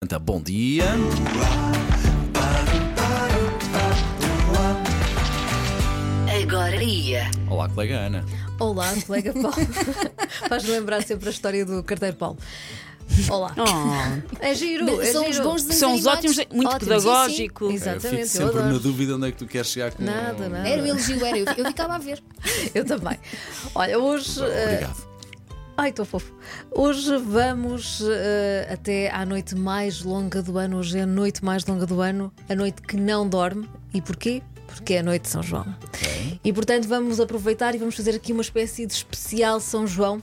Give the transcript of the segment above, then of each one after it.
Então, bom dia. Agora ia. Olá, colega Ana. Olá, colega Paulo. Faz-me lembrar sempre a história do carteiro Paulo. Olá. É giro, é São giro. os bons desenhos São os animados. ótimos, muito Ótimos, pedagógico. Eu Exatamente, fico eu sempre adoro. na dúvida onde é que tu queres chegar com. Nada, nada. Era o elogio, era eu. Eu ficava a ver. Eu também. Olha, hoje. eh, Obrigado. Ai, estou fofo. Hoje vamos eh, até à noite mais longa do ano. Hoje é a noite mais longa do ano, a noite que não dorme. E porquê? Porque é a noite de São João. E portanto vamos aproveitar e vamos fazer aqui uma espécie de especial São João,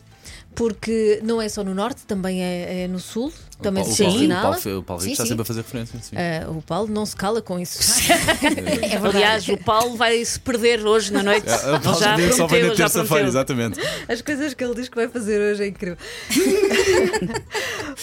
porque não é só no norte, também é, é no sul, também o se Paulo, o assinala. Paulo, o Paulo Rico Sim, está sim. sempre a fazer referência. Sim. Eh, o Paulo não se cala com isso. É verdade. Aliás, o Paulo vai se perder hoje na noite. É, O Paulo já Rico só vem na prometeu, já terça-feira, prometeu. exatamente. As coisas que ele diz que vai fazer hoje é incrível.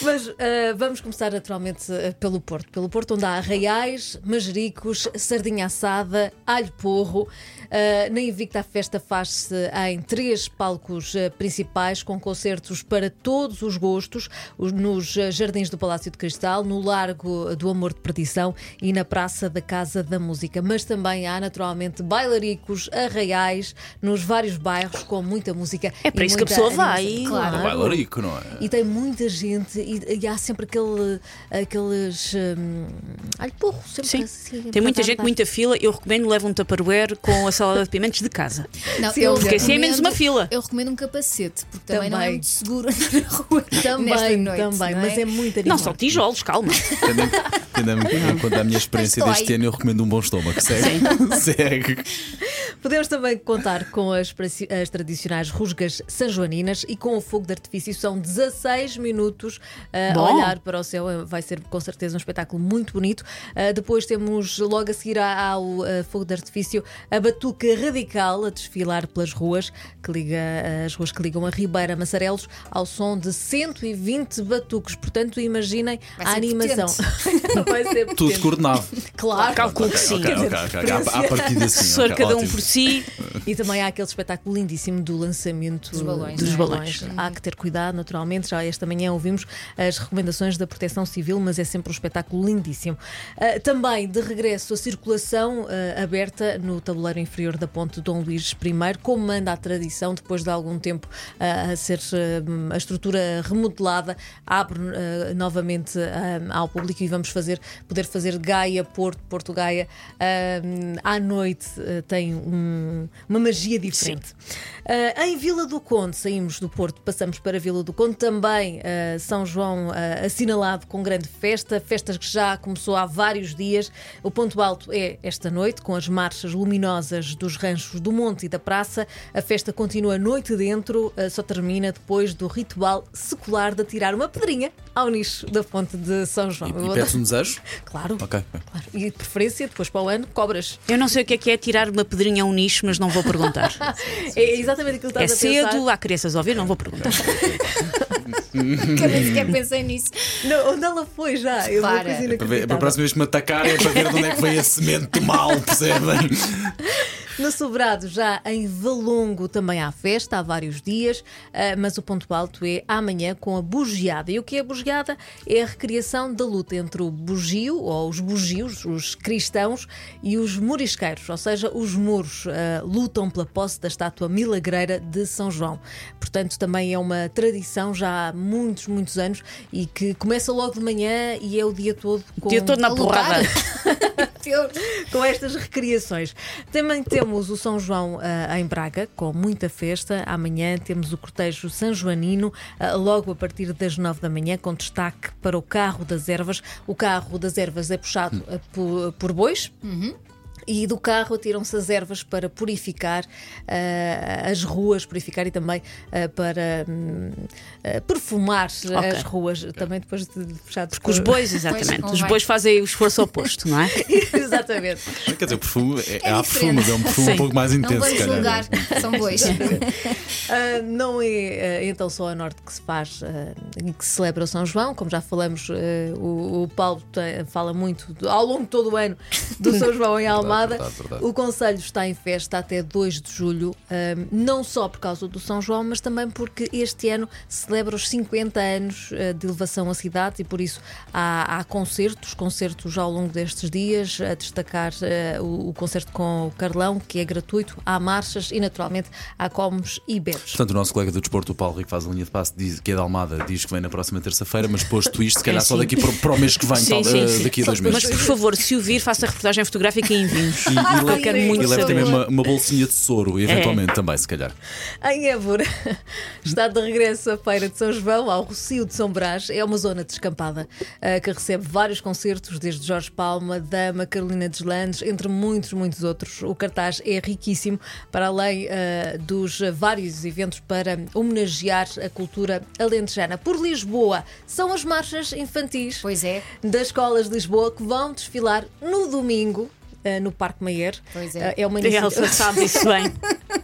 Mas ah, vamos começar naturalmente ah, pelo Porto. Pelo Porto, onde há arraiais, manjericos, sardinha assada, alho porro. Ah, na Invicta, a festa faz-se em três palcos ah, principais, com concertos para todos os gostos, os- nos ah, Jardins do Palácio de Cristal, no Largo do Amor de Perdição e na Praça da Casa da Música. Mas também há, naturalmente, bailaricos, arraiais, nos vários bairros, com muita música. É para e isso que a muita pessoa vai, animação. claro. O Bailarico, não é? E tem muita gente e, e há sempre aquele, aqueles. Hum, alho porro, sempre Sim. assim. Tem muita para gente, dar. muita fila. Eu recomendo leva um tupperware com a salada de pimentos de casa. Não, Sim, eu eu fiquei sem recomendo- menos uma fila. Eu recomendo um capacete, porque também, não é Também. muito seguro andar na rua. nesta Também, noite, também, não mas é muito Não animado. são tijolos, calma. Tendo em- Tendo em- Quanto à minha experiência dói. deste ano, eu recomendo um bom estômago. Segue. Segue. Podemos também contar com as, praci- as tradicionais rusgas sanjoaninas e com o fogo de artifício. São 16 minutos eh, a Bom. olhar para o céu. Eh, Vai ser com certeza um espetáculo muito bonito. Eh, depois temos, logo a seguir a- ao eh, fogo de artifício, a Batuca Radical a desfilar pelas ruas, que liga eh, as ruas que ligam a Ribeira Massarelos, ao som de 120 batucos. Portanto, imaginem Vai a ser animação. Vai ser Tudo potente. coordenado. Claro. Calculo que sim. Ok, ok, ok. À à partida sim. Professor, ok, cada um ótimo. por si. E também há aquele espetáculo lindíssimo do lançamento Dos balões, dos não é? balões. Há que ter cuidado, naturalmente. Já esta manhã ouvimos as recomendações da Proteção Civil, mas é sempre um espetáculo lindíssimo. Ah, também, de regresso, a circulação ah, aberta no tabuleiro inferior da Ponte Dom Luís I, como manda a tradição, depois de algum tempo ah, a ser ah, a estrutura remodelada, abre ah, novamente ah, ao público e vamos fazer, poder fazer Gaia, Porto, Porto Gaia. ah, à noite ah, tem um- uma magia diferente. Ah, em Vila do Conde, saímos do Porto, passamos para Vila do Conde, também ah, São João ah, assinalado com grande festa, festas que já começou há vários dias. O ponto alto é esta noite, com as marchas luminosas dos ranchos do Monte e da Praça. A festa continua noite dentro, ah, só termina depois do ritual secular de atirar uma pedrinha ao nicho da fonte de São João. E, e pedes um desejo? Claro. Ok. Claro. E de preferência, depois para o ano, cobras. Eu não sei o que é que é tirar uma pedrinha a um nicho, mas não vou perguntar. É exatamente aquilo que É estás a pensar. Tá cedo, há crianças a ouvir, não vou perguntar. é? Que eu nem sequer pensei nisso. Não, onde ela foi já? Eu Para. vou Para, ver, para a próxima vez que me atacarem é para ver de onde é que vem a semente do mal, percebem? No Sobrado, já em Valongo, também há festa, há vários dias, ah, mas o ponto alto é amanhã com a bugiada. E o que é a bugiada? É a recriação da luta entre o bugio, ou os bugios, os cristãos, e os morisqueiros, ou seja, os muros ah, lutam pela posse da estátua milagreira de São João. Portanto, também é uma tradição já há muitos, muitos anos e que começa logo de manhã e é o dia todo com Eu estou A na lutar? porrada. Deus. com estas recriações. Também temos o São João ah, em Braga, com muita festa. Amanhã temos o cortejo sanjoanino, ah, logo a partir das nove da manhã, com destaque para o carro das ervas. O carro das ervas é puxado ah, por, por bois. E do carro atiram-se as ervas para purificar ah, as ruas, purificar e também ah, para hum, ah, perfumar as ruas, também depois de, de puxados Com os por- bois, exatamente. Os convém. bois fazem o esforço oposto, não é? Exatamente. Quer dizer, o perfume é, É há perfume, diferente. mas é um perfume um Sim. pouco mais Não intenso, se vamos calhar. julgar, são dois. Ah, não é ah, então só a norte que se faz ah, e que se celebra o São João, como já falamos, ah, o, o Paulo tem- fala muito do- ao longo de todo o ano do São João em Almada. verdade, verdade. O Conselho está em festa até 2 de julho, hum, não só por causa do São João, mas também porque este ano celebra os 50 anos eh, de elevação à cidade e por isso há, há concertos, concertos ao longo destes dias, a destacar eh, o, o concerto com o Carlão, que é gratuito, há marchas e naturalmente há comes e bebes. Portanto, o nosso colega do desporto, o Paulo Rico, faz a linha de passe, diz, que é da Almada, diz que vem na próxima terça-feira, mas posto isto, se calhar só sim. daqui para, o- para o mês que vem, tal, daqui a dois Mas meses. por favor, se o vir, faça a reportagem fotográfica e envie-nos. E, e leve- quero muito e leve também saber. uma, uma bolsinha de soro, eventualmente também, se calhar. Em Évora está de regresso a Feira de São João ao Rocio de São Brás. É uma zona descampada eh, que recebe vários concertos, desde Jorge Palma, Dama, Carolina Deslandes, entre muitos, muitos outros. O cartaz é riquíssimo, para além eh, dos vários eventos para homenagear a cultura alentejana. Por Lisboa, são as marchas infantis Pois é. das escolas de Lisboa que vão desfilar no domingo. eh, no Parque Mayer. Pois é. Eh, A uma iniciativa. Elsa sabe isso bem.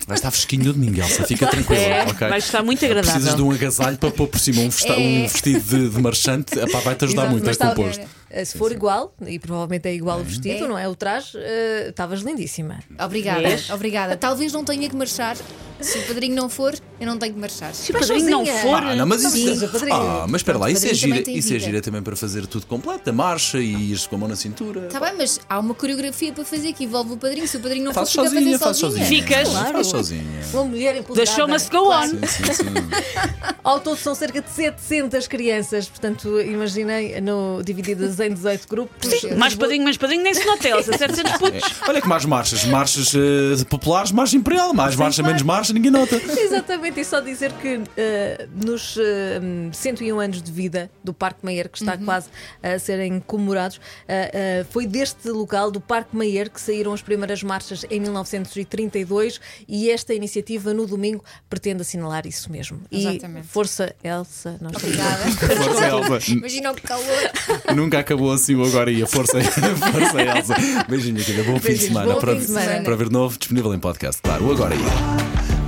Vai estar fresquinho no domingo, Elsa, fica tranquila. É, ok? vai estar muito Precisas de agradável. um agasalho para pôr por cima um, vesta- um vestido de, de marchante, Epá, vai-te ajudar Exato, muito a mas tá- composto. eh, Se for igual, e provavelmente é Uhum. igual o vestido, É. não é? O traje, eh, estavas lindíssima. Obrigada, Vês? obrigada. Talvez não tenha que marchar. Se o padrinho não for, eu não tenho que marchar. Se o padrinho não sozinha. for, Ah, não, mas Sim, isso. o padrinho. Ah, mas espera lá, Pronto, o isso é, padrinho também gira, tem isso é vida. gira também para fazer tudo completo, a marcha e ires com a mão na cintura. Está Tá bem, mas há uma coreografia para fazer que envolve o padrinho. Se o padrinho não for, Fazes fica a sozinha, fazer fazes sozinha. sozinha. Ficas. Fazes sozinha. Uma mulher empoderada. the show must go on. Sim, sim, sim. é? Ao todo são cerca de 700 crianças, portanto, imaginem, no, divididas em 18 grupos. eh, Sim, mais padrinho, mais padrinho, nem se nota Elsa, 700 putos. É. Olha que mais marchas, marchas eh, populares, marcha imperial, mais marcha, menos marcha, ninguém nota. Exatamente, e só dizer que eh, nos eh, 101 anos de vida do Parque Mayer, que está quase a serem comemorados, eh, eh, foi deste local, do Parque Mayer, que saíram as primeiras marchas em 1932 e esta iniciativa no domingo pretende assinalar isso mesmo. E Exatamente. força, Elsa, nós temos- Obrigada. Força, Elsa. Imagina o calor. Nunca acabou assim o agora e a força, força Elsa. Beijinho, querida. Bom fim de Beijinhos, semana. bom para, fim de semana. para ver novo, disponível em podcast, claro. O agora ia.